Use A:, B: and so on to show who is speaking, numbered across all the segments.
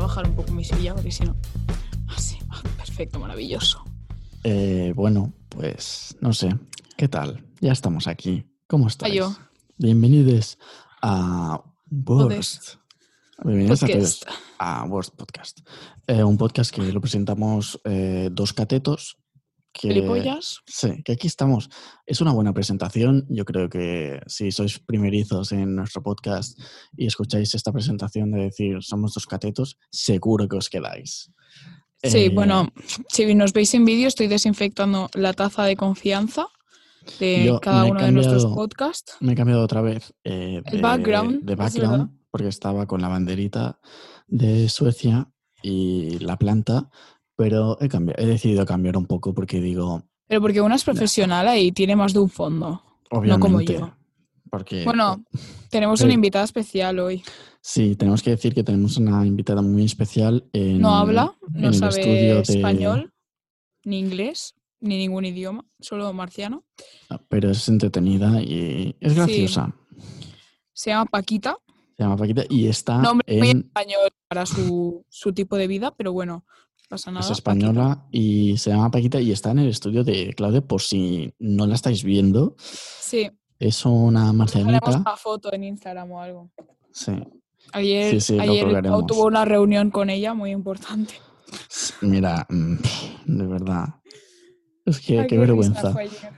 A: bajar un poco mi silla porque si no. Así, ah, perfecto, maravilloso.
B: Eh, bueno, pues no sé. ¿Qué tal? Ya estamos aquí. ¿Cómo estáis?
A: yo.
B: Bienvenidos a Worst.
A: Podcast.
B: Bienvenidos a
A: Podcast.
B: todos a Worst Podcast. Eh, un podcast que lo presentamos eh, dos catetos. Que,
A: Gilipollas.
B: Sí, que aquí estamos. Es una buena presentación. Yo creo que si sois primerizos en nuestro podcast y escucháis esta presentación de decir somos dos catetos, seguro que os quedáis.
A: Sí,
B: Eh,
A: bueno, si nos veis en vídeo, estoy desinfectando la taza de confianza de
B: Yo
A: cada
B: me he
A: uno de nuestros
B: cambiado-
A: podcasts.
B: Me he cambiado otra vez eh, de,
A: El background,
B: de
A: es
B: background,
A: verdad.
B: porque estaba con la banderita de Suecia y la planta, pero he, cambiado, he decidido cambiar un poco porque digo,
A: Pero porque una es profesional ahí tiene más de un fondo.
B: obviamente,
A: como yo.
B: porque
A: Bueno, tenemos una
B: Pero-
A: invitada especial hoy.
B: sí, tenemos que decir que tenemos una invitada muy especial. en-
A: No habla, no
B: el estudio
A: sabe
B: de-
A: español, ni inglés, ni ningún idioma, solo marciano.
B: pero es entretenida y es
A: Sí.
B: graciosa.
A: Se llama Paquita,
B: Se llama Paquita y está
A: nombre muy
B: Ah, en
A: español para su, su tipo de vida, pero bueno, no pasa nada.
B: Es española y se llama Paquita y está en el estudio de Claudia, por si no la estáis viendo.
A: Paquita. Sí,
B: Es una
A: Pues haremos
B: marcianita.
A: una foto en Instagram o algo.
B: Sí.
A: Ayer,
B: Sí, sí, lo
A: ayer Pau
B: colgaremos.
A: tuvo una reunión con ella muy importante.
B: Mira, mm, pff, de verdad. Es que
A: Ay,
B: qué,
A: risa
B: vergüenza.
A: fue ayer.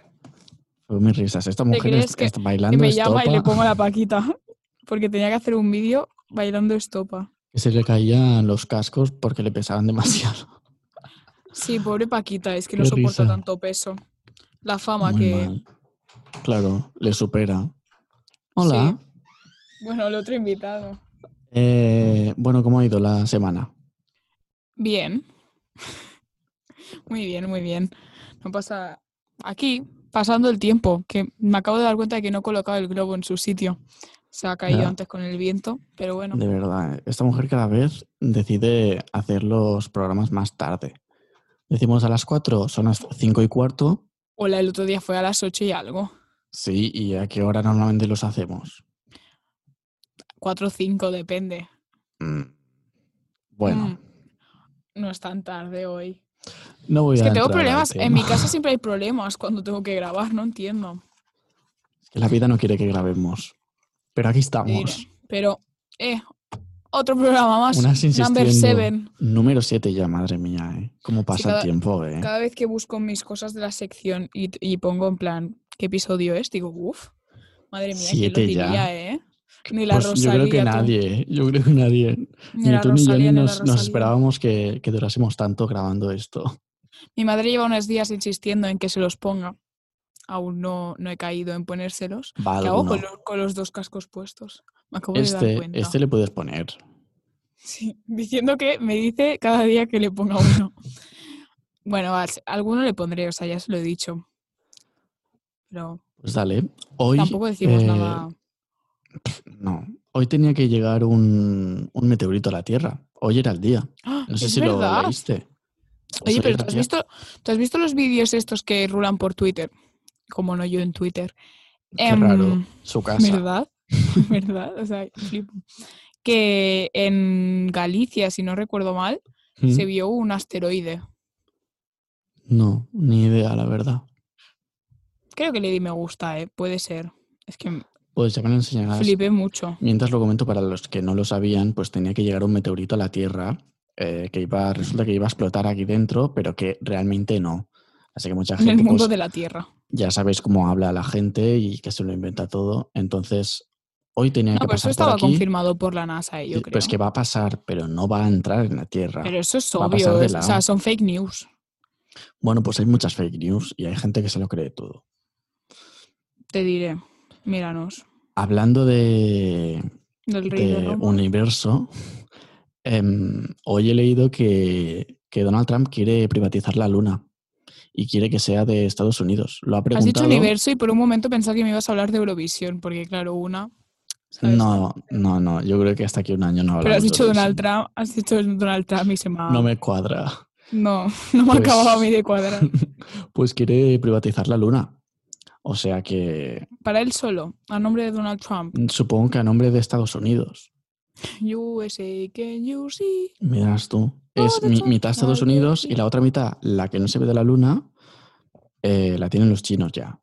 B: Fue mis risas. Esta mujer
A: crees
B: es-
A: que-
B: está
A: Que
B: bailando
A: me llama y le
B: estopa,
A: pongo la Paquita, porque tenía que hacer un vídeo bailando estopa.
B: que se le caían los cascos porque le pesaban demasiado.
A: Sí, pobre Paquita, es que
B: Qué
A: no soporta
B: risa.
A: tanto peso. La fama
B: Muy
A: que...
B: mal. Claro, le supera. Hola.
A: Bueno, el otro invitado.
B: Eh, bueno, ¿cómo ha ido la semana?
A: Bien. Muy bien, muy bien. No pasa. Aquí, pasando el tiempo, que me acabo de dar cuenta de que no he colocado el globo en su sitio. Se ha caído
B: Ya.
A: antes con el viento, pero bueno.
B: De verdad, ¿eh? esta mujer cada vez decide hacer los programas más tarde. Decimos a las 4, son las 5 y cuarto.
A: Hola, el otro día fue a las 8 y algo.
B: Sí, ¿y a qué hora normalmente los hacemos?
A: 4 o 5, depende.
B: Mm. Bueno,
A: Mm. No es tan tarde hoy.
B: no voy
A: Es
B: a
A: que tengo
B: entrar al
A: problemas. En
B: tema.
A: mi casa siempre hay problemas cuando tengo que grabar, no entiendo.
B: Es que la vida no quiere que grabemos. Pero aquí
A: Te diré.
B: estamos.
A: Pero, eh, otro programa más.
B: Unas
A: Number
B: insistiendo.
A: 7.
B: Número 7 ya, madre mía, ¿eh? ¿Cómo pasa
A: cada-
B: el tiempo, eh?
A: Cada vez que busco mis cosas de la sección y, y pongo en plan, ¿qué episodio es? Digo, uff, madre mía, ¿quién lo
B: Siete ya.
A: diría, eh? Ni la
B: Pues yo
A: Rosalía.
B: creo que
A: tú.
B: nadie, ¿eh? yo creo que nadie.
A: Ni
B: Ni
A: la
B: tú ni yo
A: Rosalía, ni la
B: ni nos, nos
A: Rosalía.
B: esperábamos que, que durásemos tanto grabando esto.
A: Mi madre lleva unos días insistiendo en que se los ponga. Aún no, no he caído en ponérselos.
B: Va
A: ¿Qué hago
B: alguno.
A: con, lo- con los dos cascos puestos? Me acabo de dar
B: Este,
A: cuenta.
B: este le puedes poner.
A: Sí, diciendo que me dice cada día que le ponga uno. bueno, a, alguno le pondré, o sea, ya se lo he dicho. Pero
B: Pues dale. Hoy,
A: tampoco decimos
B: eh,
A: nada.
B: No. Hoy tenía que llegar un, un meteorito a la Tierra. Hoy era el día.
A: ¡Ah!
B: No sé
A: es
B: si
A: verdad.
B: lo leíste. Pues
A: Oye,
B: hoy
A: pero
B: era
A: ¿tú has,
B: el día.
A: visto, ¿tú has visto los vídeos estos que rulan por Twitter? Como no yo en Twitter.
B: Qué raro.
A: Em,
B: Su casa.
A: ¿Verdad? ¿Verdad? O sea, flipo. Que en Galicia, si no recuerdo mal,
B: ¿Mm?
A: se vio un asteroide.
B: No, ni idea, la verdad.
A: Creo que le di me gusta, ¿eh? Puede ser. Es que m-
B: Pues ya me lo enseñarás.
A: flipé mucho.
B: Mientras lo comento para los que no lo sabían, pues tenía que llegar un meteorito a la Tierra eh, que iba, resulta que iba a explotar aquí dentro, pero que realmente no. Así que mucha
A: En
B: gente
A: el mundo
B: pues,
A: de la Tierra.
B: ya sabéis cómo habla la gente y que se lo inventa todo. Entonces, hoy tenía
A: No,
B: que
A: pero eso
B: pasar
A: estaba
B: por aquí.
A: confirmado por la NASA, eh, yo creo.
B: Pues que va a pasar, pero no va a entrar en la Tierra.
A: Pero eso es
B: va a pasar
A: obvio.
B: de
A: es- o sea,
B: lado.
A: son fake news.
B: Bueno, pues hay muchas fake news y hay gente que se lo cree todo.
A: Te diré. Míranos.
B: Hablando de,
A: Del rey de,
B: de
A: Roma.
B: eh, universo, em, hoy he leído que, que Donald Trump quiere privatizar la Luna y quiere que sea de Estados Unidos. Lo ha
A: Has dicho
B: preguntado.
A: universo y por un momento pensaba que me ibas a hablar de Eurovisión, porque claro, una. ¿sabes?
B: no, no, no. Yo creo que hasta aquí un año no
A: Pero
B: hablamos
A: has
B: de
A: dicho Donald
B: Eurovisión.
A: Trump, has dicho Donald Trump y se me ha-
B: No me cuadra.
A: No, no me
B: Pues-
A: acababa a mí de cuadrar.
B: Pues quiere privatizar la Luna. O sea que mm,
A: Para él solo, a nombre de Donald Trump.
B: supongo que a nombre de Estados Unidos.
A: USA, can you see?
B: Miras tú. Es
A: Oh,
B: mi-
A: that's
B: mitad Estados
A: right,
B: Unidos
A: sí.
B: y la otra mitad, la que no se ve de la luna, eh, la tienen los chinos ya.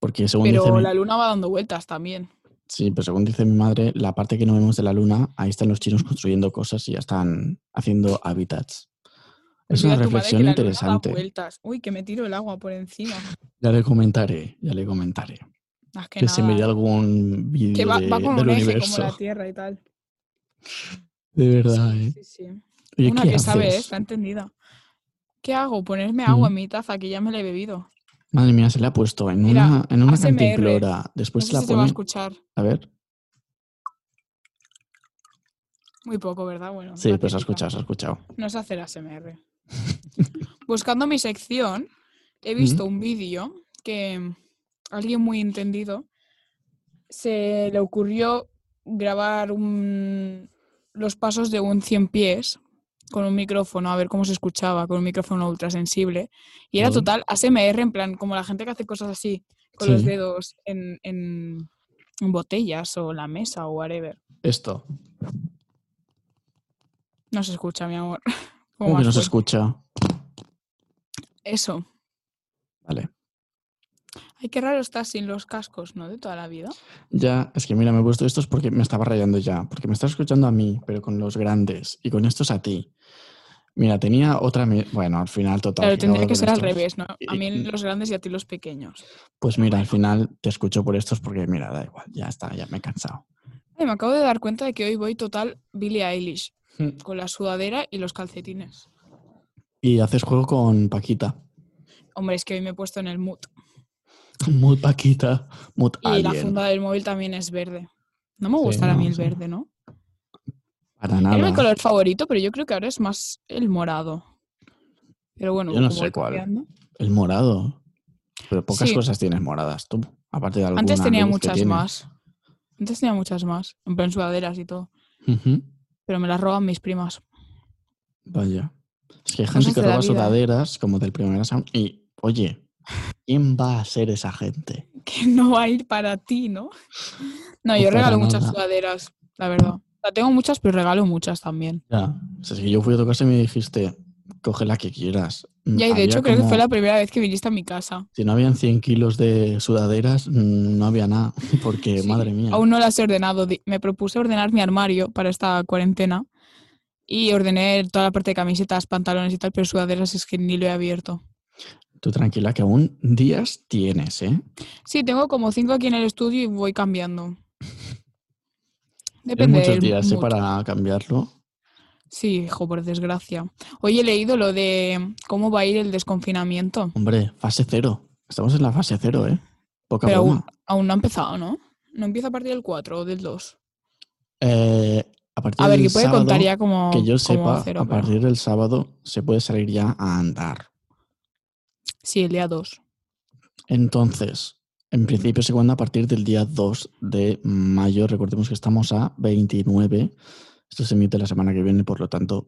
B: Porque según dice
A: Pero
B: mi-
A: la luna va dando vueltas también.
B: sí, pero según dice mi madre, la parte que no vemos de la luna, ahí están los chinos construyendo cosas y ya están haciendo hábitats. Es
A: Mira
B: una
A: tu madre que
B: reflexión
A: la luna da
B: interesante.
A: vueltas. Uy, que me tiro el agua por encima.
B: Ya le comentaré, ya le comentaré.
A: Ah, que
B: Que, se me
A: nada.
B: dé algún vídeo
A: Que va,
B: de-
A: va como
B: del
A: un eje,
B: universo.
A: como la Tierra y tal.
B: De verdad, ¿eh?
A: Sí, sí.
B: Oye,
A: Una
B: ¿qué
A: que sabe, ¿eh?
B: haces?
A: está entendida. ¿Qué hago? Ponerme agua
B: Mm.
A: en mi taza, que ya me la he bebido.
B: Madre mía, se le ha puesto en
A: Mira,
B: una, en una
A: ASMR.
B: cantimplora.
A: No
B: Después
A: sé
B: se Pues la
A: si se va a
B: pone.
A: escuchar.
B: A ver.
A: Muy poco, ¿verdad? Bueno,
B: Sí,
A: la
B: pues se
A: típica.
B: ha escuchado, se ha escuchado.
A: No es hacer ASMR. Buscando mi sección, he visto un vídeo que alguien muy entendido se le ocurrió grabar un- los pasos de un 100 pies con un micrófono, a ver cómo se escuchaba, con un micrófono ultrasensible. Y era
B: Ujú.
A: total ASMR, en plan, como la gente que hace cosas así, con los
B: Sí.
A: dedos en, en- en botellas o la mesa o whatever.
B: Esto.
A: No se escucha, mi amor. Como
B: ¿Cómo que
A: más
B: no se
A: fuerte.
B: escucha?
A: Eso.
B: Vale.
A: Ay, qué raro estar sin los cascos, ¿no? De toda la vida.
B: Ya, es que mira, me he puesto estos porque me estaba rayando ya. Porque me estás escuchando a mí, pero con los grandes. Y con estos a ti. Mira, tenía otra. me- Bueno, al final, total.
A: Claro,
B: que acabo
A: tendría que
B: con
A: ser al
B: estos.
A: revés, ¿no? A
B: Y-
A: mí los grandes y a ti los pequeños.
B: Pues mira, al final te escucho por estos porque, mira, da igual. Ya está, ya me he cansado.
A: Ay, me acabo de dar cuenta de que hoy voy total Billie Eilish, con la sudadera y los calcetines.
B: Y haces juego con Paquita.
A: Hombre, es que hoy me he puesto en el mood.
B: Mood Paquita. Mood
A: Y la
B: Alien.
A: funda del móvil también es verde. No me
B: Sí,
A: gusta a mí
B: no,
A: el
B: sí.
A: verde, ¿no?
B: Para
A: Era mi
B: nada.
A: color favorito, pero yo creo que ahora es más el morado. Pero bueno,
B: Yo no
A: como
B: sé
A: voy
B: cuál.
A: cambiando.
B: El morado. Pero pocas
A: Sí.
B: cosas tienes moradas tú. Aparte de alguna
A: Antes tenía
B: luz que
A: muchas
B: tienes.
A: más. Antes tenía muchas más. En plan sudaderas y todo.
B: Ujú.
A: Pero me las roban mis primas.
B: Vaya. Es que hay
A: Cosas
B: gente que
A: de la
B: roba
A: vida.
B: sudaderas como del primer examen. Y, oye, ¿quién va a ser esa gente?
A: que no va a ir para ti, ¿no? No, yo
B: Pues para
A: regalo muchas
B: nada.
A: sudaderas, la verdad. O sea, tengo muchas, pero regalo muchas también.
B: Ya. O sea, si yo fui a tu casa y me dijiste, coge la que quieras. Mm,
A: Ya, y de
B: había
A: hecho creo que
B: como-
A: fue la primera vez que viniste a mi casa.
B: Si no habían 100 kilos de sudaderas, mm, no había nada. Porque,
A: Sí,
B: Eh, madre mía.
A: Aún no las he ordenado. Di- Me propuse ordenar mi armario para esta cuarentena y ordené toda la parte de camisetas, pantalones y tal, pero sudaderas es que ni lo he abierto.
B: Tú tranquila, que aún días tienes, ¿eh?
A: Sí, tengo como cinco aquí en el estudio y voy cambiando.
B: Tienes
A: Depende
B: muchos
A: del
B: días ¿eh?
A: mood.
B: para cambiarlo.
A: Sí, hijo, por desgracia. Hoy he leído lo de cómo va a ir el desconfinamiento.
B: Hombre, fase cero. Estamos en la fase cero, ¿eh? Poca
A: Pero
B: broma.
A: Aún no ha empezado, ¿no? No empieza a partir del 4 o del 2.
B: Eh, a partir
A: A ver,
B: del
A: que puede
B: sábado,
A: contar ya como.
B: que yo
A: como
B: sepa,
A: cero,
B: a
A: pero-
B: partir del sábado se puede salir ya a andar.
A: Sí, el día 2.
B: Entonces, en principio se cuenta a partir del día 2 de mayo. Recordemos que estamos a 29. Esto se emite la semana que viene, por lo tanto,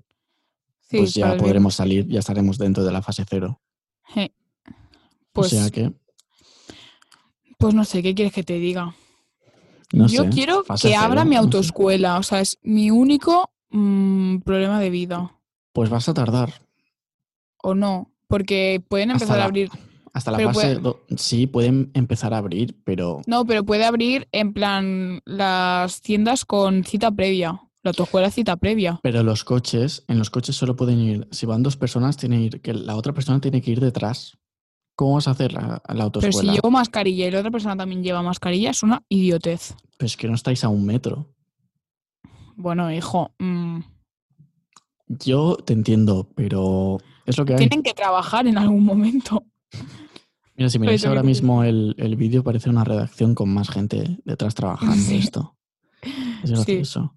A: Sí,
B: pues ya
A: para el
B: podremos salir, ya estaremos dentro de la fase cero.
A: viernes. Je. Pues,
B: o sea que,
A: pues no sé, ¿qué quieres que te diga?
B: no
A: yo
B: sé,
A: quiero que
B: fase
A: abra
B: cero,
A: mi
B: no sé.
A: autoescuela. O sea, es mi único mm, problema de vida.
B: Pues vas a tardar.
A: ¿O no? Porque pueden
B: Hasta
A: empezar
B: la-
A: a abrir.
B: Hasta la
A: Pero
B: fase
A: puede-
B: do- sí, pueden empezar a abrir, pero
A: No, pero puede abrir en plan las tiendas con cita previa. La autoescuela cita previa.
B: Pero los coches, en los coches solo pueden ir, si van dos personas, tiene que ir, que la otra persona tiene que ir detrás. ¿Cómo vas a hacer la, la
A: Pero si
B: autoescuela?
A: llevo mascarilla y la otra persona también lleva mascarilla, es una idiotez.
B: Pero es Pues que no estáis a un metro.
A: Bueno, hijo, mm,
B: Yo te entiendo, pero es lo que hay.
A: tienen que trabajar en algún momento.
B: Mira, si miráis
A: Pero
B: ahora
A: también-
B: mismo el, el vídeo, parece una redacción con más gente detrás trabajando
A: Sí.
B: esto. Es
A: Sí.
B: gracioso.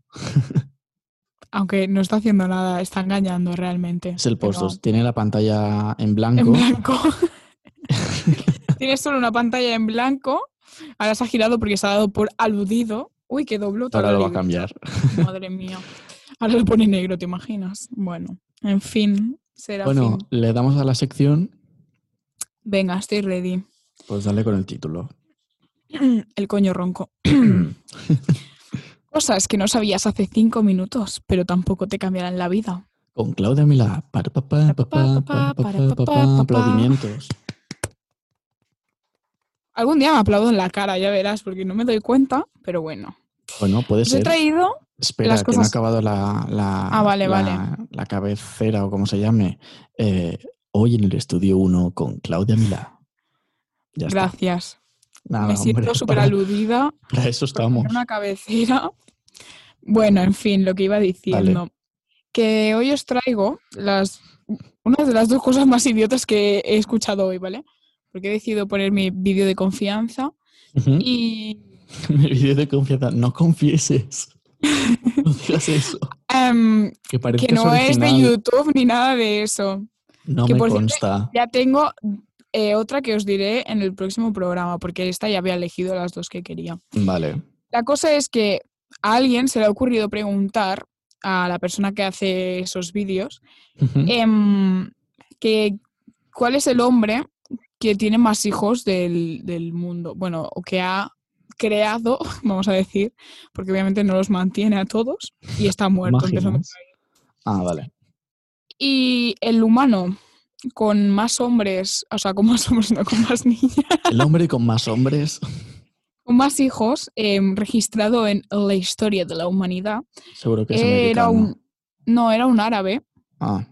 A: Aunque no está haciendo nada, está engañando realmente.
B: Es el
A: pero
B: post Tiene la pantalla en blanco.
A: En blanco. Tienes solo una pantalla en blanco. Ahora se ha girado porque se ha dado por aludido. Uy, que dobló todo
B: Ahora lo
A: el
B: va a
A: libro.
B: cambiar.
A: Madre mía. Ahora lo pone negro, ¿te imaginas? Bueno, en fin, será
B: Bueno,
A: fin.
B: le damos a la sección,
A: Venga, estoy ready.
B: pues dale con el título.
A: El coño ronco. cosas que no sabías hace cinco minutos, pero tampoco te cambiarán la vida.
B: Con Claudia Milá. Para, pa, pa, pa, pa, pa, pa, pa, pa, pa, Aplaudimientos.
A: Algún día me aplaudo en la cara, ya verás, porque no me doy cuenta, pero bueno.
B: Bueno, puede
A: Os he
B: ser.
A: traído
B: Espera,
A: las
B: que no ha
A: cosas-
B: acabado la, la-
A: Ah, vale,
B: la-
A: vale.
B: la cabecera o como se llame. Eh, hoy en el estudio 1 con Claudia Milá. Ya está.
A: gracias.
B: Nada,
A: me siento
B: hombre,
A: súper
B: para,
A: aludida.
B: para eso estamos.
A: Una cabecera. Bueno, en fin, lo que iba diciendo. Que hoy os traigo las, una de las dos cosas más idiotas que he escuchado hoy, ¿vale? Porque he decidido poner mi vídeo de confianza
B: Ujú.
A: y
B: Mi vídeo de confianza. No confieses. No digas eso.
A: em,
B: Que parece
A: que no es de YouTube ni nada de eso.
B: No
A: que
B: me
A: por cierto-
B: consta.
A: Ya tengo eh, otra que os diré en el próximo programa, porque esta ya había elegido las dos que quería.
B: Vale.
A: La cosa es que a alguien se le ha ocurrido preguntar a la persona que hace esos vídeos
B: Ujú.
A: em, que cuál es el hombre que tiene más hijos del, del mundo, bueno, o que ha creado, vamos a decir, porque obviamente no los mantiene a todos y está muerto. empezando
B: Imaginas. Ah, vale.
A: Y el humano con más hombres, o sea, con más hombres, no con más niñas,
B: El hombre con más hombres
A: con más hijos, em, registrado en la historia de la humanidad,
B: seguro que es
A: era
B: americano.
A: un, no, era un árabe,
B: Ah,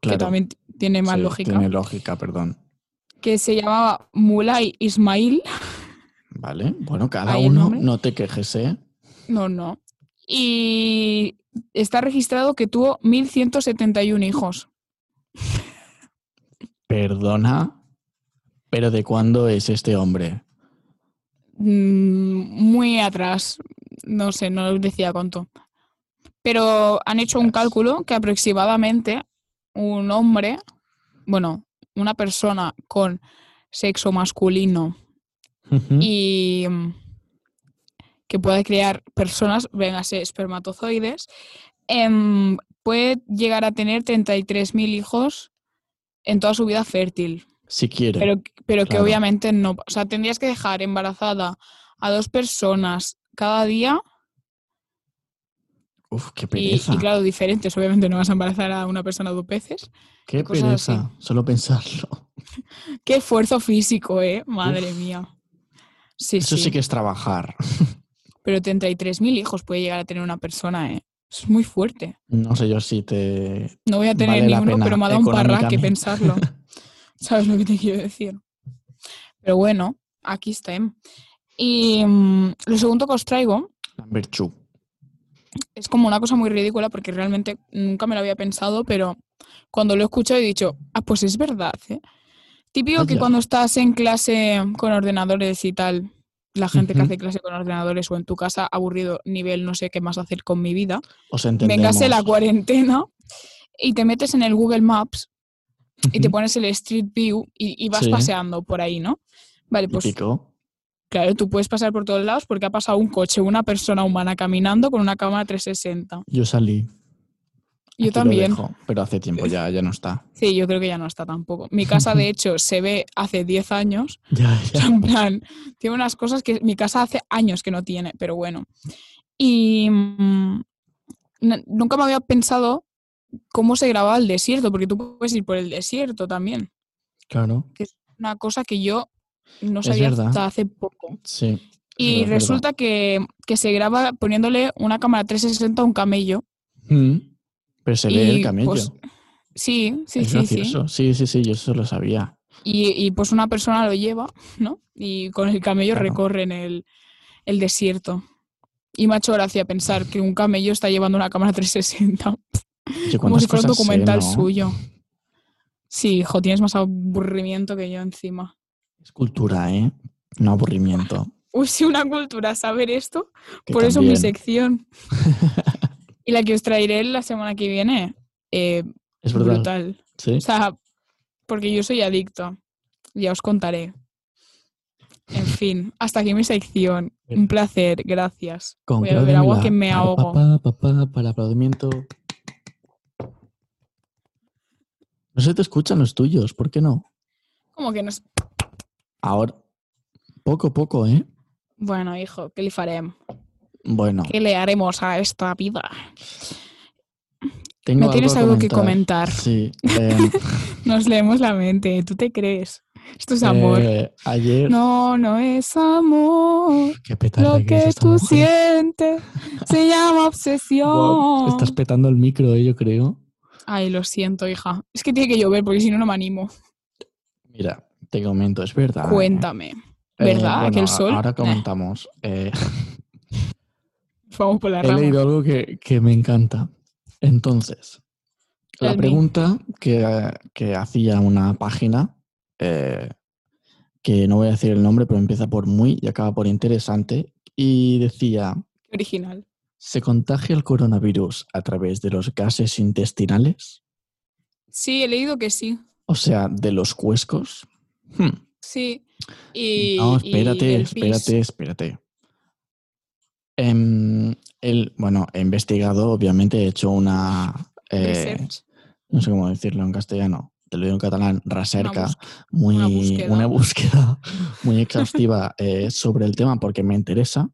A: que
B: claro.
A: también t- tiene más
B: Sí,
A: lógica,
B: Tiene lógica, perdón.
A: que se llamaba Mulay Ismail,
B: Vale. Bueno, cada
A: Ahí el
B: uno,
A: nombre.
B: no te quejes, ¿eh?
A: no, no, y está registrado que tuvo 1171 hijos.
B: Perdona, pero ¿de cuándo es este hombre?
A: Mm, muy atrás. No sé, no os decía cuánto. Pero han hecho un
B: Yes.
A: cálculo que aproximadamente un hombre, bueno, una persona con sexo masculino
B: Ujú.
A: y mm, que puede crear personas, véngase, espermatozoides, em, puede llegar a tener 33.000 hijos en toda su vida fértil.
B: Si quiere.
A: Pero, pero que
B: Claro.
A: obviamente no. O sea, tendrías que dejar embarazada a dos personas cada día.
B: Uf, qué
A: Y,
B: pereza.
A: y claro, diferentes. Obviamente no vas a embarazar a una persona dos veces.
B: qué
A: cosas así.
B: pereza. Solo pensarlo.
A: Qué esfuerzo físico, ¿eh? Madre mía. Sí,
B: Eso
A: sí.
B: sí que es trabajar.
A: Pero 33.000 hijos puede llegar a tener una persona, ¿eh? Es muy fuerte.
B: No sé yo si te.
A: No voy a tener
B: Vale
A: ni
B: la
A: uno,
B: pena
A: pero me ha dado un parraque
B: económicamente.
A: pensarlo. ¿Sabes lo que te quiero decir? Pero bueno, aquí está. ¿eh? Y mm, lo segundo que os traigo
B: Verchú.
A: es como una cosa muy ridícula porque realmente nunca me lo había pensado, pero cuando lo he escuchado he dicho, ah, pues es verdad. ¿eh?". Típico que
B: Vaya.
A: cuando estás en clase con ordenadores y tal, la gente que
B: Ujú.
A: hace clase con ordenadores o en tu casa aburrido nivel no sé qué más hacer con mi vida,
B: Os entendemos.
A: vengase la cuarentena y te metes en el Google Maps y te
B: Ujú.
A: pones el Street View y, y vas
B: Sí.
A: paseando por ahí, ¿no? Vale, pues
B: Típico.
A: claro, tú puedes pasar por todos lados porque ha pasado un coche, una persona humana caminando con una cámara 360.
B: Yo salí.
A: Yo
B: Aquí lo
A: también.
B: dejo, pero hace tiempo ya, ya no está.
A: Sí, yo creo que ya no está tampoco. Mi casa, de hecho, se ve hace 10 años.
B: Ya,
A: O sea, en plan, tiene unas cosas que mi casa hace años que no tiene, pero bueno. Y mm, n- nunca me había pensado cómo se grababa el desierto, porque tú puedes ir por el desierto también.
B: Claro.
A: Una cosa que yo no
B: Es
A: sabía
B: verdad.
A: hasta hace poco.
B: Sí.
A: Y
B: es verdad, es verdad.
A: resulta que, que se graba poniéndole una cámara 360 a un camello.
B: Mm. Pero se ve el
A: Y,
B: camello.
A: pues, Sí, sí,
B: es
A: sí, sí.
B: gracioso. Sí. sí, sí, yo eso lo sabía.
A: Y, y, pues una persona lo lleva, ¿no? Y con el camello
B: Claro.
A: recorren el, el desierto. Y me ha hecho gracia pensar que un camello está llevando una cámara 360,
B: Oye,
A: como
B: cuántas
A: si fuera un
B: cosas sé,
A: documental
B: ¿no?
A: suyo. Sí, hijo, tienes más aburrimiento que yo encima.
B: Es cultura, ¿eh? No aburrimiento.
A: Uy, sí, una cultura, saber esto.
B: que
A: Por eso mi
B: también-
A: sección. Y la que os traeré la semana que viene, eh,
B: Es verdad.
A: brutal.
B: Sí.
A: O sea, porque yo soy adicto. Ya os contaré. En fin, hasta aquí mi sección. Un placer, gracias.
B: Con
A: Voy a
B: Claudia
A: beber agua
B: Milá.
A: que me
B: Para
A: ahogo.
B: Papá, papá, para aplaudimiento. No se te escuchan los tuyos, ¿por qué no?
A: Como que no es...
B: Ahora, poco, poco, ¿eh?
A: Bueno, hijo, ¿qué le farem?
B: Bueno,
A: ¿Qué le haremos a esta vida?
B: tengo
A: ¿Me tienes algo que comentar? Pues,
B: Sí. em,
A: Nos leemos la mente, ¿tú te crees? Esto es amor.
B: eh, ayer.
A: No, no es amor.
B: Qué
A: Lo
B: petarda
A: que,
B: es esta
A: tú
B: mujer.
A: sientes se llama obsesión.
B: Buah, estás petando el micro, eh, yo creo.
A: Ay, lo siento, hija. Es que tiene que llover porque si no, no me animo.
B: Mira, te comento, es verdad. ¿eh?
A: Cuéntame.
B: Eh,
A: ¿Verdad?
B: bueno,
A: Que
B: a-
A: el sol.
B: Ahora
A: Nah,
B: comentamos. eh,
A: vamos por la
B: he
A: rama.
B: leído algo que, que me encanta. Entonces, la
A: Tell me.
B: pregunta que, que hacía una página, eh, que no voy a decir el nombre, pero empieza por muy y acaba por interesante, y decía,
A: Original.
B: ¿se contagia el coronavirus a través de los gases intestinales?
A: Sí, he leído que sí.
B: O sea, de los cuescos. Hmm.
A: Sí. Y,
B: no,
A: y
B: espérate,
A: del pis.
B: espérate, espérate. Em, el, bueno, he investigado, obviamente he hecho una... eh,
A: Research.
B: no sé cómo decirlo en castellano, te lo digo en catalán, recerca,
A: bús-
B: muy,
A: una búsqueda.
B: una búsqueda. muy exhaustiva eh, sobre el tema porque me interesa,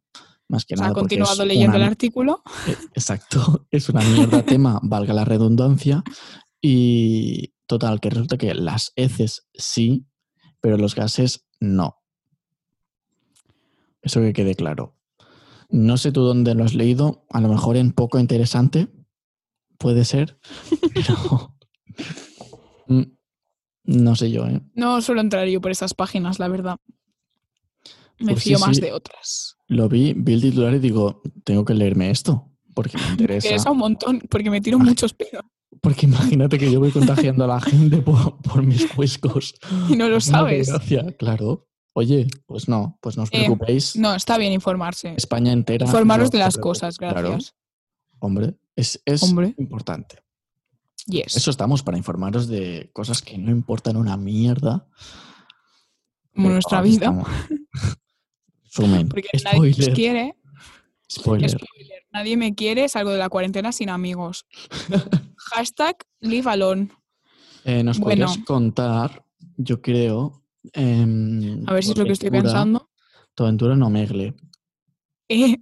B: más que
A: O sea, ha
B: nada porque es
A: continuado leyendo el
B: una-
A: artículo.
B: eh, Exacto, es una mierda tema, valga la redundancia, y total, que resulta que las heces sí, pero los gases no. Eso que quede claro. No sé tú dónde lo has leído, a lo mejor en poco interesante, puede ser, pero... Mm, No sé yo, ¿eh?
A: No suelo entrar yo por esas páginas, la verdad. Me
B: Pues sí,
A: fío más
B: sí.
A: de otras.
B: Lo vi, vi el titular y digo, tengo que leerme esto, porque me
A: Me
B: interesa.
A: interesa un montón porque me tiro
B: Vale.
A: muchos pedos
B: Porque imagínate que yo voy contagiando a la gente por, por mis cuescos.
A: y no lo
B: Es una
A: sabes.
B: desgracia, claro. Oye, pues no, pues no os
A: Eh,
B: preocupéis.
A: No, está bien informarse.
B: España entera.
A: Informaros
B: no
A: de
B: se
A: las
B: preocupe.
A: cosas,
B: Claro,
A: gracias.
B: hombre, es, es
A: Hombre.
B: importante.
A: Yes.
B: Eso estamos para informaros de cosas que no importan una mierda.
A: como
B: pero
A: nuestra
B: aquí
A: vida.
B: estamos. Resumen.
A: Porque nadie nos
B: Spoiler.
A: quiere.
B: Spoiler.
A: Spoiler. Nadie me quiere, salgo de la cuarentena sin amigos. Hashtag leave alone.
B: Eh, Nos
A: Bueno.
B: podrías contar, yo creo. em,
A: A ver si es
B: tu
A: lo que estoy
B: aventura-
A: pensando.
B: Tu aventura en Omegle.
A: Eh,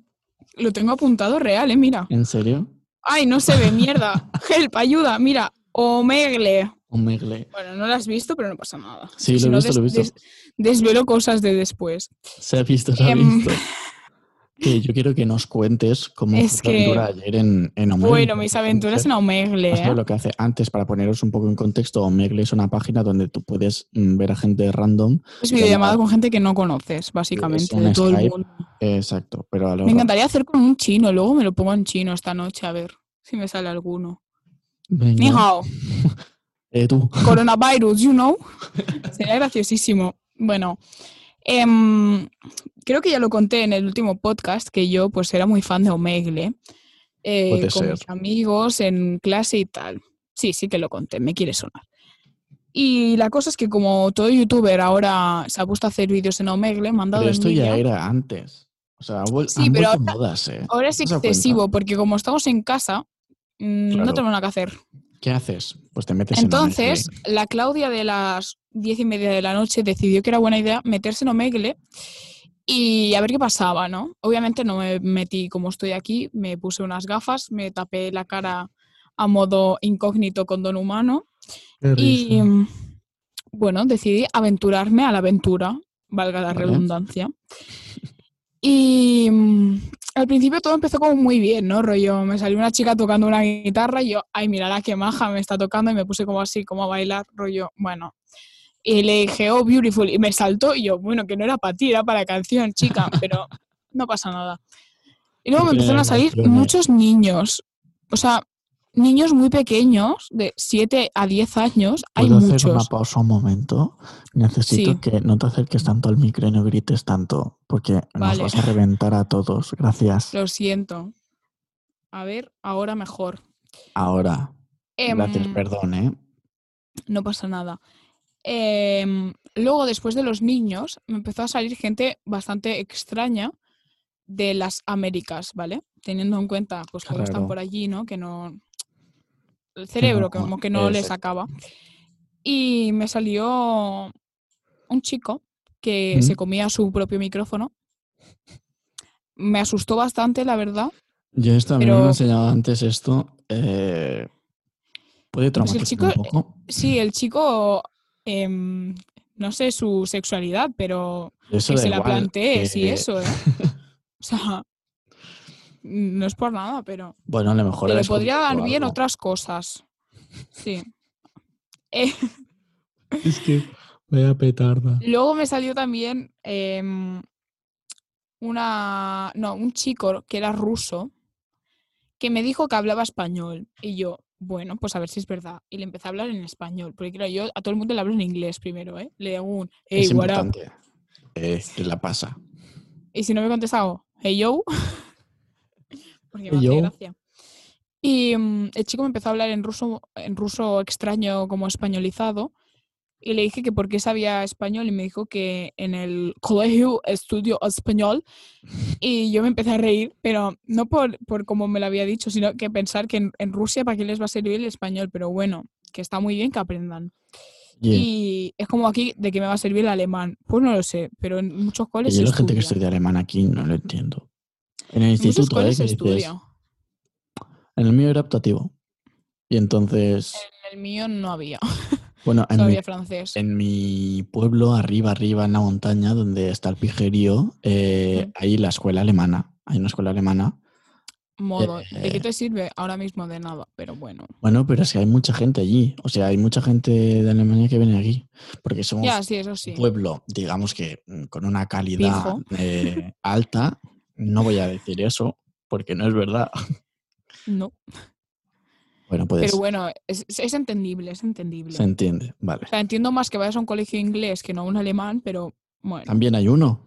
A: lo tengo apuntado real, eh, mira.
B: ¿En serio?
A: Ay, no se ve, mierda. Help, ayuda, mira. Omegle.
B: Omegle.
A: Bueno, no lo has visto, pero no pasa nada.
B: Sí,
A: Si
B: lo he
A: no,
B: visto, lo he
A: des-
B: visto.
A: des- desvelo cosas de después.
B: Se ha visto, se ha
A: Em,
B: visto. Que yo quiero que nos cuentes cómo
A: Es
B: fue tu aventura ayer en, en Omegle.
A: Bueno, mis aventuras en Omegle.
B: Omegle.
A: eh.
B: pues, lo que hace antes, para poneros un poco en contexto, Omegle es una página donde tú puedes mm, ver a gente random.
A: Es
B: que
A: videollamada
B: no-
A: con gente que no conoces, básicamente,
B: un
A: de todo el
B: Skype,
A: mundo.
B: eh, exacto, pero a lo
A: Me encantaría hacer con un chino, luego me lo pongo en chino esta noche, a ver si me sale alguno.
B: Venga.
A: Ni hao,
B: Eh, tú.
A: coronavirus, you know. Sería graciosísimo. Bueno, em, creo que ya lo conté en el último podcast que yo pues era muy fan de Omegle, eh,
B: Puede
A: con
B: ser.
A: mis amigos, en clase y tal. Sí, sí que lo conté, me quiere sonar. Y la cosa es que como todo youtuber ahora se ha puesto a hacer vídeos en Omegle, me han dado
B: Pero esto
A: envidia.
B: ya era antes. O sea, ha vuel-
A: ¿eh? Sí,
B: han
A: pero
B: vuelto modas, ¿eh?
A: Ahora es
B: ¿Te has dado cuenta?
A: excesivo porque como estamos en casa, mm, no
B: Claro.
A: tenemos nada que hacer.
B: ¿Qué haces? Pues te metes en
A: Entonces,
B: Omegle.
A: la Claudia de las diez y media de la noche decidió que era buena idea meterse en Omegle y a ver qué pasaba, ¿no? Obviamente no me metí como estoy aquí, me puse unas gafas, me tapé la cara a modo incógnito con don humano y mm, bueno, decidí aventurarme a la aventura, valga la
B: Vale.
A: redundancia. Y mm, al principio todo empezó como muy bien, ¿no? Rollo, me salió una chica tocando una guitarra y yo, ay, mira la que maja me está tocando y me puse como así, como a bailar, rollo, bueno. Y le dije, oh, beautiful, y me saltó y yo, bueno, que no era para ti, era para la canción, chica, pero no pasa nada. Y luego me
B: Tiene
A: empezaron a salir
B: emociones.
A: muchos niños, o sea, niños muy pequeños, de 7 a 10 años, hay
B: ¿Puedo hacer una
A: muchos.
B: pausa un momento? Necesito
A: Sí.
B: que no te acerques tanto al micro y no grites tanto, porque nos
A: Vale.
B: vas a reventar a todos. Gracias.
A: Lo siento. A ver, ahora mejor.
B: Ahora. Gracias,
A: Em,
B: perdón, ¿eh?
A: no pasa nada. Em, luego, después de los niños, me empezó a salir gente bastante extraña de las Américas, ¿vale? Teniendo en cuenta, pues,
B: Qué
A: cómo están
B: raro.
A: por allí, ¿no? Que no... El cerebro, que
B: no-
A: como que no les
B: exacto.
A: acaba. Y me salió un chico que
B: ¿Mm?
A: se comía su propio micrófono me asustó bastante, la verdad.
B: Yo esto a mí me
A: Pero-
B: lo enseñaba antes esto. eh, puede
A: Pues
B: traumatizar
A: el chico-
B: un poco.
A: Sí, el chico, em, no sé su sexualidad, pero
B: Eso
A: que
B: da
A: se la
B: igual,
A: plantees y
B: que-
A: eso. ¿eh? O sea, mm, no es por nada, pero
B: Bueno, a lo mejor.
A: que le
B: eres
A: podría
B: conducto
A: dar
B: o
A: bien
B: algo.
A: otras cosas. Sí. Eh,
B: Es que vaya petarda.
A: luego me salió también em, una, no, un chico que era ruso que me dijo que hablaba español y yo, bueno, pues a ver si es verdad. Y le empecé a hablar en español, porque claro, yo a todo el mundo le hablo en inglés primero, ¿eh? Le hago un, hey,
B: es
A: what up".
B: importante. Eh, que la pasa.
A: Y si no me contesta hago, hey yo. Porque me
B: Hey,
A: hace
B: yo.
A: gracia. Y mm, el chico me empezó a hablar en ruso, en ruso extraño, como españolizado. Y le dije que por qué sabía español y me dijo que en el colegio estudio español. Y yo me empecé a reír, pero no por, por como me lo había dicho, sino que pensar que en, en Rusia para qué les va a servir el español. Pero bueno, que está muy bien que aprendan.
B: Oye,
A: Y es como aquí de que me va a servir el alemán. Pues no lo sé, pero en muchos
B: que
A: colegios
B: yo la gente que
A: estudia.
B: estudia alemán aquí no lo entiendo. En
A: En
B: el
A: muchos
B: instituto, ¿eh?
A: colegios
B: que
A: se
B: dices,
A: estudia.
B: en el mío era optativo. Y entonces,
A: En el mío no había.
B: bueno, en
A: Solo
B: mi,
A: había francés.
B: Ah, en mi pueblo, arriba, arriba, en la montaña, donde está el pijerío, eh,
A: Ujú.
B: hay la escuela alemana. Hay una escuela alemana.
A: Modo. ¿De
B: eh,
A: qué te sirve? Ahora mismo de nada, pero bueno.
B: Bueno, pero es que hay mucha gente allí. O sea, hay mucha gente de Alemania que viene aquí. Porque somos
A: Ya, sí, eso
B: un
A: sí.
B: pueblo, digamos que mm, con una calidad
A: Pijo.
B: eh, alta. No voy a decir eso, porque no es verdad.
A: No.
B: Bueno, pues
A: Pero bueno, es, es- es entendible, es entendible.
B: se entiende. Vale.
A: O sea, entiendo más que vayas a un colegio inglés que no a un alemán, pero bueno.
B: También hay uno.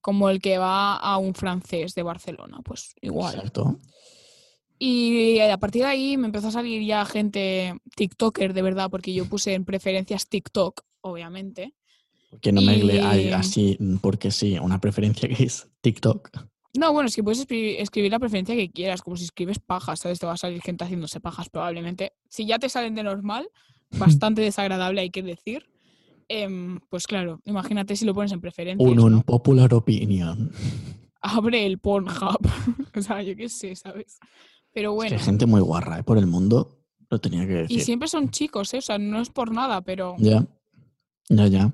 A: Como el que va a un francés de Barcelona, pues igual.
B: Exacto.
A: Y eh, a partir de ahí me empezó a salir ya gente TikToker, de verdad, porque yo puse en preferencias TikTok, obviamente.
B: Que no me
A: Y-
B: hay así, mm, porque sí, una preferencia que es TikTok.
A: No, bueno, es que puedes escri- escribir la preferencia que quieras, como si escribes pajas, ¿sabes? Te va a salir gente haciéndose pajas probablemente. Si ya te salen de normal, bastante desagradable hay que decir. em, pues claro, imagínate si lo pones en preferencias,
B: Un
A: ¿no?
B: unpopular opinion.
A: Abre el Pornhub. o sea, yo qué sé, ¿sabes? Pero
B: Es que
A: bueno.
B: hay gente muy guarra ¿eh? por el mundo. Lo tenía que
A: Y
B: decir.
A: siempre son chicos, ¿eh? O sea, no es por nada, pero...
B: Ya. Ya, ya.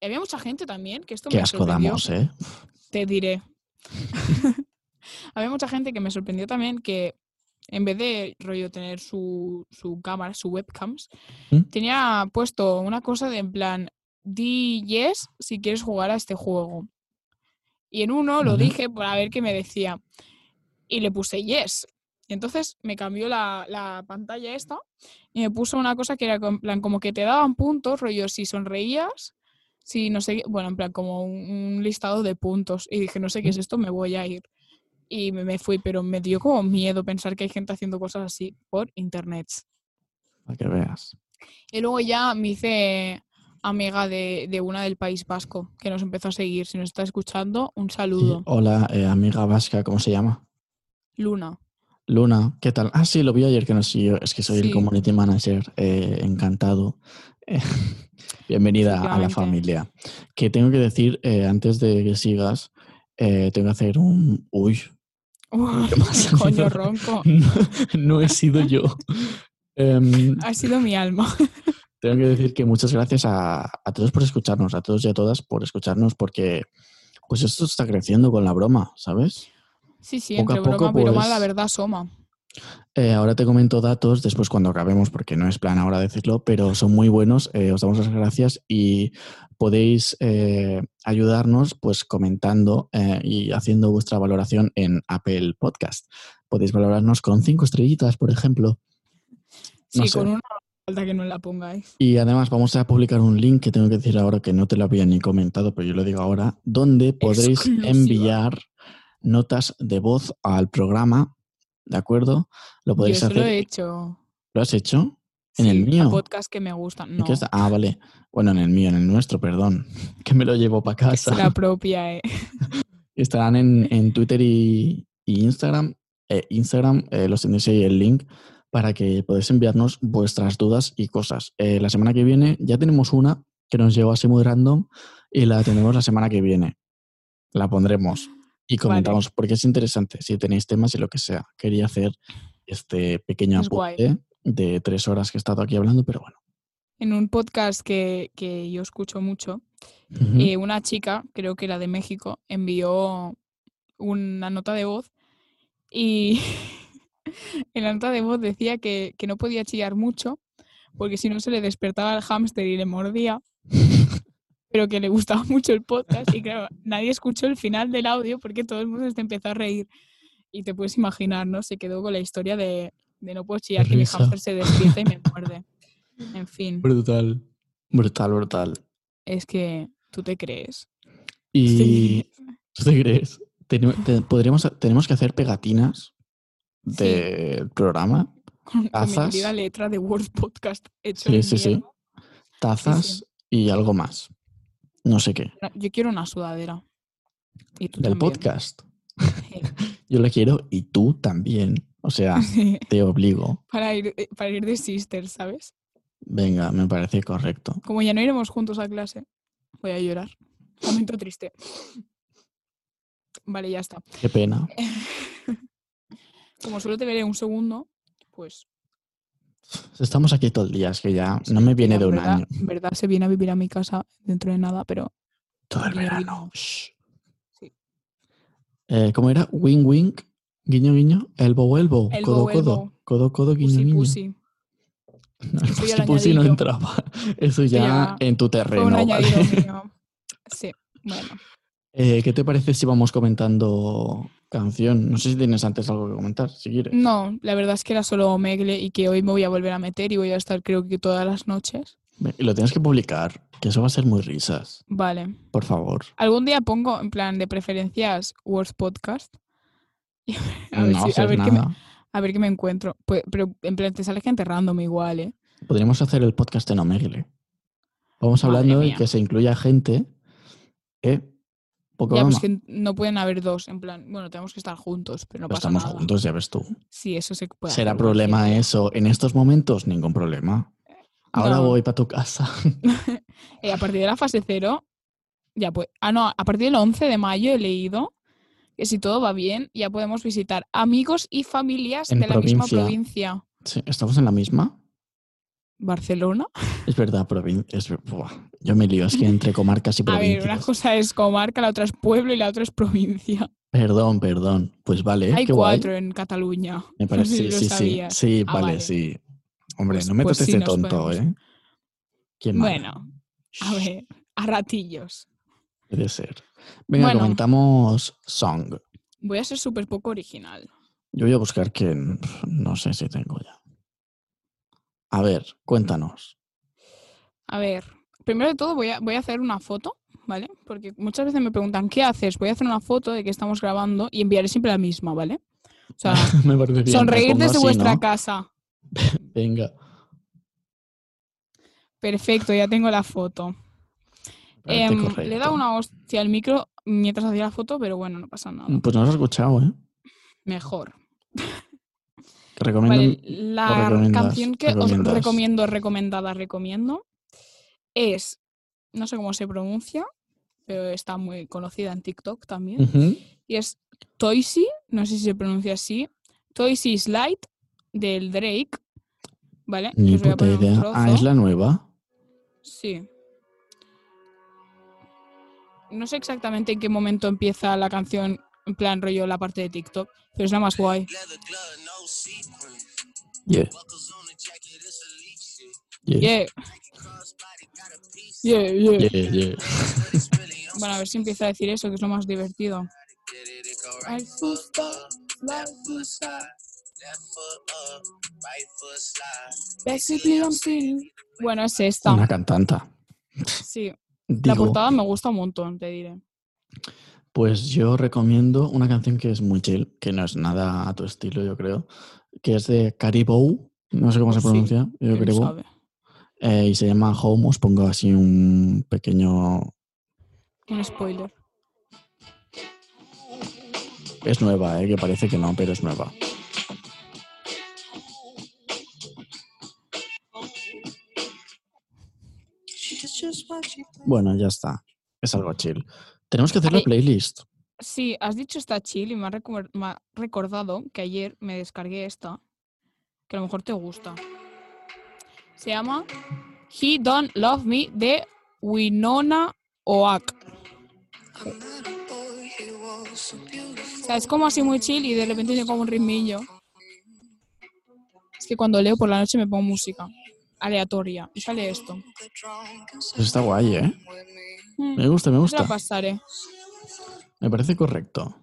A: Y había mucha gente también, que esto
B: Qué
A: me
B: asco
A: sorprendió.
B: damos, ¿eh?
A: Te diré. Había mucha gente que me sorprendió también que en vez de rollo tener su, su cámara, su webcams,
B: ¿Mm?
A: tenía puesto una cosa de en plan, di yes si quieres jugar a este juego. Y en uno lo
B: Vale.
A: dije para ver qué me decía. Y le puse yes. Y entonces me cambió la, la pantalla esta y me puso una cosa que era co- en plan como que te daban puntos, rollo si sonreías, si no sé, qué- bueno, en plan como un, un listado de puntos. Y dije, no sé
B: ¿Mm?
A: qué es esto, me voy a ir. Y me, me fui, pero me dio como miedo pensar que hay gente haciendo cosas así por internet.
B: Para que veas.
A: Y luego ya me hice amiga de, de una del País Vasco que nos empezó a seguir. Si nos está escuchando, un
B: Sí,
A: saludo.
B: hola, eh, amiga vasca, ¿cómo se llama?
A: Luna.
B: Luna, ¿qué tal? Ah, sí, lo vi ayer que nos siguió. Es que soy el
A: Sí.
B: community manager, eh, encantado. Eh, bienvenida a la
A: Efectivamente.
B: familia. Que tengo que decir, eh, antes de que sigas, eh, tengo que hacer un... Uy, ¿qué más ha
A: Coño
B: sido?
A: ronco.
B: no, no he sido yo. Em,
A: Ha sido mi alma.
B: Tengo que decir que muchas gracias a, a todos por escucharnos, a todos y a todas por escucharnos, porque pues esto está creciendo con la broma, ¿sabes?
A: Sí, sí,
B: Poco a
A: entre broma
B: poco,
A: y broma la
B: pues,
A: verdad asoma.
B: Eh, ahora te comento datos después cuando acabemos, porque no es plan ahora decirlo, pero son muy buenos. eh, os damos las gracias y podéis eh, ayudarnos pues comentando eh, y haciendo vuestra valoración en Apple Podcast. Podéis valorarnos con cinco estrellitas, por ejemplo.
A: Sí,
B: no sé.
A: con una falta que no la pongáis.
B: Y además vamos a publicar un link que tengo que decir ahora que no te lo había ni comentado, pero yo lo digo ahora, donde podréis
A: Exclusiva.
B: enviar notas de voz al programa, ¿de acuerdo? Lo
A: Yo
B: podéis
A: eso
B: hacer.
A: lo he hecho.
B: ¿Lo has hecho? ¿En el
A: sí,
B: mío?
A: A podcasts que me gustan.
B: ¿En
A: No,
B: qué está? Ah, vale. Bueno, en el mío, en el nuestro, perdón. Que me lo llevo para
A: que
B: casa.
A: será propia, eh.
B: Estarán en, en Twitter y, y Instagram. Eh, Instagram, eh, los tendréis ahí el link para que podáis enviarnos vuestras dudas y cosas. Eh, la semana que viene ya tenemos una que nos llegó así muy random y la tenemos la semana que viene. La pondremos. y comentamos porque es interesante si tenéis temas y lo que sea. Quería hacer este pequeño
A: Es guay.
B: apunte de tres horas que he estado aquí hablando, pero bueno.
A: En un podcast que, que yo escucho mucho,
B: Ujú.
A: eh, una chica, creo que era de México, envió una nota de voz y en la nota de voz decía que, que no podía chillar mucho porque si no se le despertaba el hámster y le mordía, pero que le gustaba mucho el podcast y claro, nadie escuchó el final del audio porque todo el mundo se empezó a reír. Y te puedes imaginar, ¿no? Se quedó con la historia de, de no puedo chillar, que mi
B: risa.
A: hámster se despierta y me muerde. En fin,
B: Brutal. Brutal, brutal.
A: es que tú te crees.
B: Y
A: Sí.
B: ¿tú te crees? Ten- te- podríamos, tenemos que hacer pegatinas
A: Sí.
B: del programa,
A: con, con mi
B: Tazas.
A: querida letra de Word Podcast hecho
B: Sí,
A: de
B: sí, sí.
A: mierda.
B: tazas y algo más. No sé qué.
A: Yo quiero una sudadera. Y tú
B: Del
A: también.
B: podcast.
A: Sí.
B: Yo la quiero y tú también. O sea,
A: Sí,
B: te obligo.
A: para, ir, eh, para ir de sisters, ¿sabes?
B: Venga, me parece correcto.
A: Como ya no iremos juntos a clase, voy a llorar. Momento triste. Vale, ya está.
B: Qué pena.
A: Eh. Como solo te veré un segundo, pues...
B: Estamos aquí todo el día, es que ya no
A: sí,
B: me viene
A: mira,
B: de
A: en
B: un
A: verdad-
B: año.
A: En verdad se viene a vivir a mi casa dentro de nada, pero
B: Todo el
A: guiño,
B: verano.
A: guiño.
B: shh.
A: Sí.
B: Eh, ¿Cómo era? Wing, wing, guiño, guiño, elbow, elbow, codo,
A: Elbow,
B: codo,
A: elbow.
B: codo, codo, guiño,
A: pussy,
B: guiño.
A: pussy.
B: No, el
A: Eso ya
B: pussy,
A: lo
B: pussy no
A: añadí yo.
B: entraba. Eso ya
A: ya
B: en tu
A: Fue un
B: terreno, ¿vale?
A: añadido mío. Sí, bueno.
B: Eh, ¿Qué te parece si vamos comentando canción? No sé si tienes antes algo que comentar, si quieres.
A: No, la verdad es que era solo Omegle y que hoy me voy a volver a meter y voy a estar creo que todas las noches.
B: Ve, Y lo tienes que publicar, que eso va a ser muy risas.
A: Vale.
B: Por favor.
A: Algún día pongo en plan de preferencias Words Podcast. y a, ver
B: no
A: si- a
B: hacer
A: ver qué me,
B: nada.
A: a ver qué me encuentro. Pues- pero en plan te sale gente random igual, ¿eh?
B: Podríamos hacer el podcast en Omegle. Vamos
A: Madre
B: hablando de
A: mía.
B: que se incluya gente. ¿Eh? Poco
A: Ya, pues
B: broma.
A: que no pueden haber dos. En plan, bueno, tenemos que estar juntos, pero no
B: Pero
A: pasa
B: estamos
A: nada.
B: juntos, ya ves tú.
A: Sí, eso se puede.
B: ¿Será
A: hacer cualquier
B: problema
A: día.
B: eso? En estos momentos, ningún problema. Ahora
A: No.
B: voy para tu casa.
A: Eh, a partir de la fase cero, ya pues. Ah, no, a partir del 11 de mayo he leído que si todo va bien, ya podemos visitar amigos y familias
B: En
A: de la misma
B: provincia.
A: provincia.
B: Sí, ¿Estamos en la misma?
A: Barcelona.
B: Es verdad, provin- es ver- buah, yo me lío, es que entre comarcas y
A: A ver,
B: provincias.
A: una cosa es comarca, la otra es pueblo y la otra es provincia.
B: Perdón, perdón. Pues vale,
A: Hay
B: qué guay.
A: cuatro en Cataluña.
B: Me parece,
A: no sé si
B: sí,
A: lo
B: sí, sí,
A: sabías.
B: sí,
A: Ah,
B: vale,
A: vale.
B: sí. Hombre,
A: Pues-
B: no me
A: pues sí,
B: trates de
A: nos
B: tonto,
A: podemos-
B: ¿eh? Qué mal.
A: Bueno, a ver, a ratillos.
B: Puede ser. Venga,
A: Bueno.
B: comentamos Song.
A: Voy a ser súper poco original.
B: Yo voy a buscar quién. pf, No sé si tengo ya. A ver, cuéntanos.
A: A ver, primero de todo voy a, voy a hacer una foto, ¿vale? Porque muchas veces me preguntan, ¿qué haces? Voy a hacer una foto de que estamos grabando y enviaré siempre la misma, ¿vale? O sea,
B: me parece bien.
A: sonreír
B: pongo
A: desde
B: pues así,
A: vuestra
B: ¿no?
A: casa.
B: Venga.
A: Perfecto, ya tengo la foto.
B: parece
A: Em, le he dado
B: correcto.
A: una hostia al micro mientras hacía la foto, pero bueno, no pasa nada.
B: Pues no lo has escuchado, ¿eh?
A: Mejor.
B: Te recomiendo.
A: Vale, la
B: recomiendas?
A: canción que os
B: ¿Recomiendas?
A: recomiendo, recomendada, recomiendo es, no sé cómo se pronuncia, pero está muy conocida en TikTok también.
B: Ujú.
A: Y es Toysy, no sé si se pronuncia así. Toysy Slide del Drake. ¿Vale? Que
B: Ni
A: os voy a
B: puta
A: poner un
B: idea. Ah, es
A: trozo.
B: la nueva.
A: Sí. No sé exactamente en qué momento empieza la canción, en plan rollo la parte de TikTok, pero es la más guay.
B: Yeah. Yeah.
A: Yeah. Yeah, yeah.
B: Yeah, yeah.
A: Bueno, a ver si empieza a decir eso, que es lo más divertido. Ay, justo, la justa. Basically, I'm feeling- Bueno, es
B: Una
A: esta.
B: cantanta.
A: Sí, la
B: Digo,
A: portada me gusta un montón, te diré.
B: pues yo recomiendo una canción que es muy chill, que no es nada a tu estilo, yo creo, que es de Caribou. No sé cómo se
A: Pues sí,
B: pronuncia, yo
A: ¿Quién
B: creo.
A: sabe?
B: Eh, y se llama Home, os pongo así un pequeño...
A: Un spoiler.
B: Es nueva, eh, que parece que no, pero es nueva. Bueno, ya está. Es algo chill. Tenemos que hacer la
A: Ay.
B: playlist.
A: Sí, has dicho está chill y me ha, recuer- me ha recordado que ayer me descargué esta, que a lo mejor te gusta. Se llama He Don't Love Me de Winona Oak. O sea, es como así muy chill y de repente tiene como un ritmillo. Es que cuando leo por la noche me pongo música aleatoria y sale esto.
B: Pues está guay, ¿eh?
A: Mm,
B: Me gusta, me
A: ya se la
B: gusta.
A: pasaré.
B: Me parece correcto.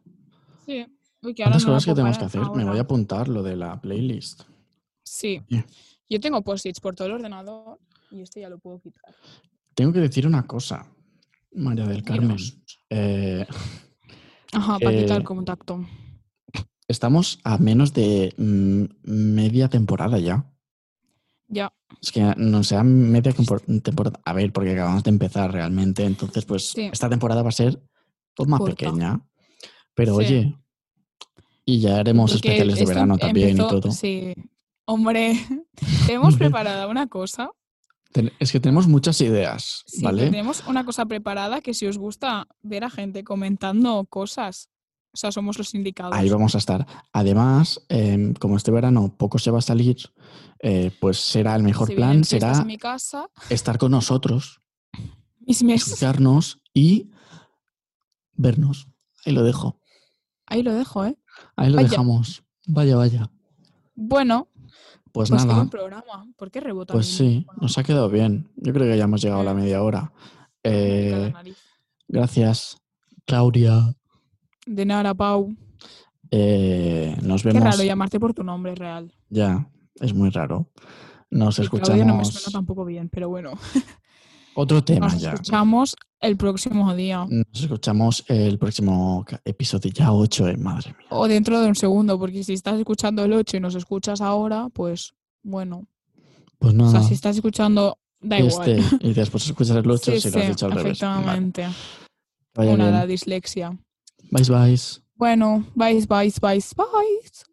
A: Sí. Uy, que ahora
B: ¿Cuántas
A: no la
B: cosas que
A: puedo
B: tenemos que
A: parar
B: hacer? Me voy
A: ahora.
B: a apuntar lo de la playlist.
A: Sí.
B: Yeah.
A: Yo tengo post-its por todo el ordenador y este ya lo puedo quitar.
B: Tengo que decir una cosa, María del Carmen.
A: Dinos.
B: Eh,
A: Ajá, para quitar el
B: Eh,
A: contacto.
B: estamos a menos de mm, media temporada ya.
A: Ya.
B: Es que no sea media compor- temporada. A ver, porque acabamos de empezar realmente. Entonces, pues
A: Sí.
B: esta temporada va a ser pues, más
A: Corta.
B: pequeña. Pero
A: Sí.
B: oye, y ya haremos
A: Porque
B: especiales de
A: esto
B: verano
A: em-
B: también
A: empezó-
B: y todo.
A: Sí. Hombre, tenemos
B: Hombre.
A: preparada una cosa.
B: Ten- Es que tenemos muchas ideas,
A: Sí, pero
B: ¿vale?
A: tenemos una cosa preparada que si os gusta ver a gente comentando cosas, o sea, somos los indicados.
B: Ahí vamos a estar. Además, em, como este verano poco se va a salir, eh, pues será el mejor
A: Se vienen
B: plan,
A: fiestas
B: será
A: en mi casa,
B: estar con nosotros,
A: mis meses.
B: escucharnos y vernos. Ahí lo dejo.
A: Ahí lo dejo, ¿eh?
B: Ahí lo
A: Vaya.
B: dejamos. Vaya, vaya.
A: Bueno,
B: Pues,
A: pues, qué
B: nada,
A: buen programa. ¿Por qué rebota?
B: pues
A: mi
B: sí,
A: micrófono?
B: nos ha quedado bien. Yo creo que ya hemos llegado a la
A: Mm.
B: media
A: Me
B: hora.
A: pica la
B: Eh,
A: nariz.
B: gracias, Claudia.
A: De nada, Pau.
B: Eh, nos
A: Qué
B: vemos.
A: raro llamarte por tu nombre real.
B: Ya, es muy raro. Nos
A: Y Claudia no me suena
B: escuchamos.
A: tampoco bien, pero bueno.
B: Otro tema
A: Nos
B: ya.
A: escuchamos el próximo día.
B: Nos escuchamos el próximo ca- episodio, ya 8, eh, madre mía.
A: O dentro de un segundo, porque si estás escuchando el 8 y nos escuchas ahora, pues bueno.
B: Pues
A: O sea,
B: nada,
A: si estás escuchando, da igual.
B: este, y después escuchas el 8
A: Sí,
B: si
A: sí,
B: lo has dicho al revés. Vale,
A: efectivamente.
B: vaya
A: Una,
B: bien.
A: la dislexia.
B: Bye, bye.
A: Bueno, bye, bye, bye, bye.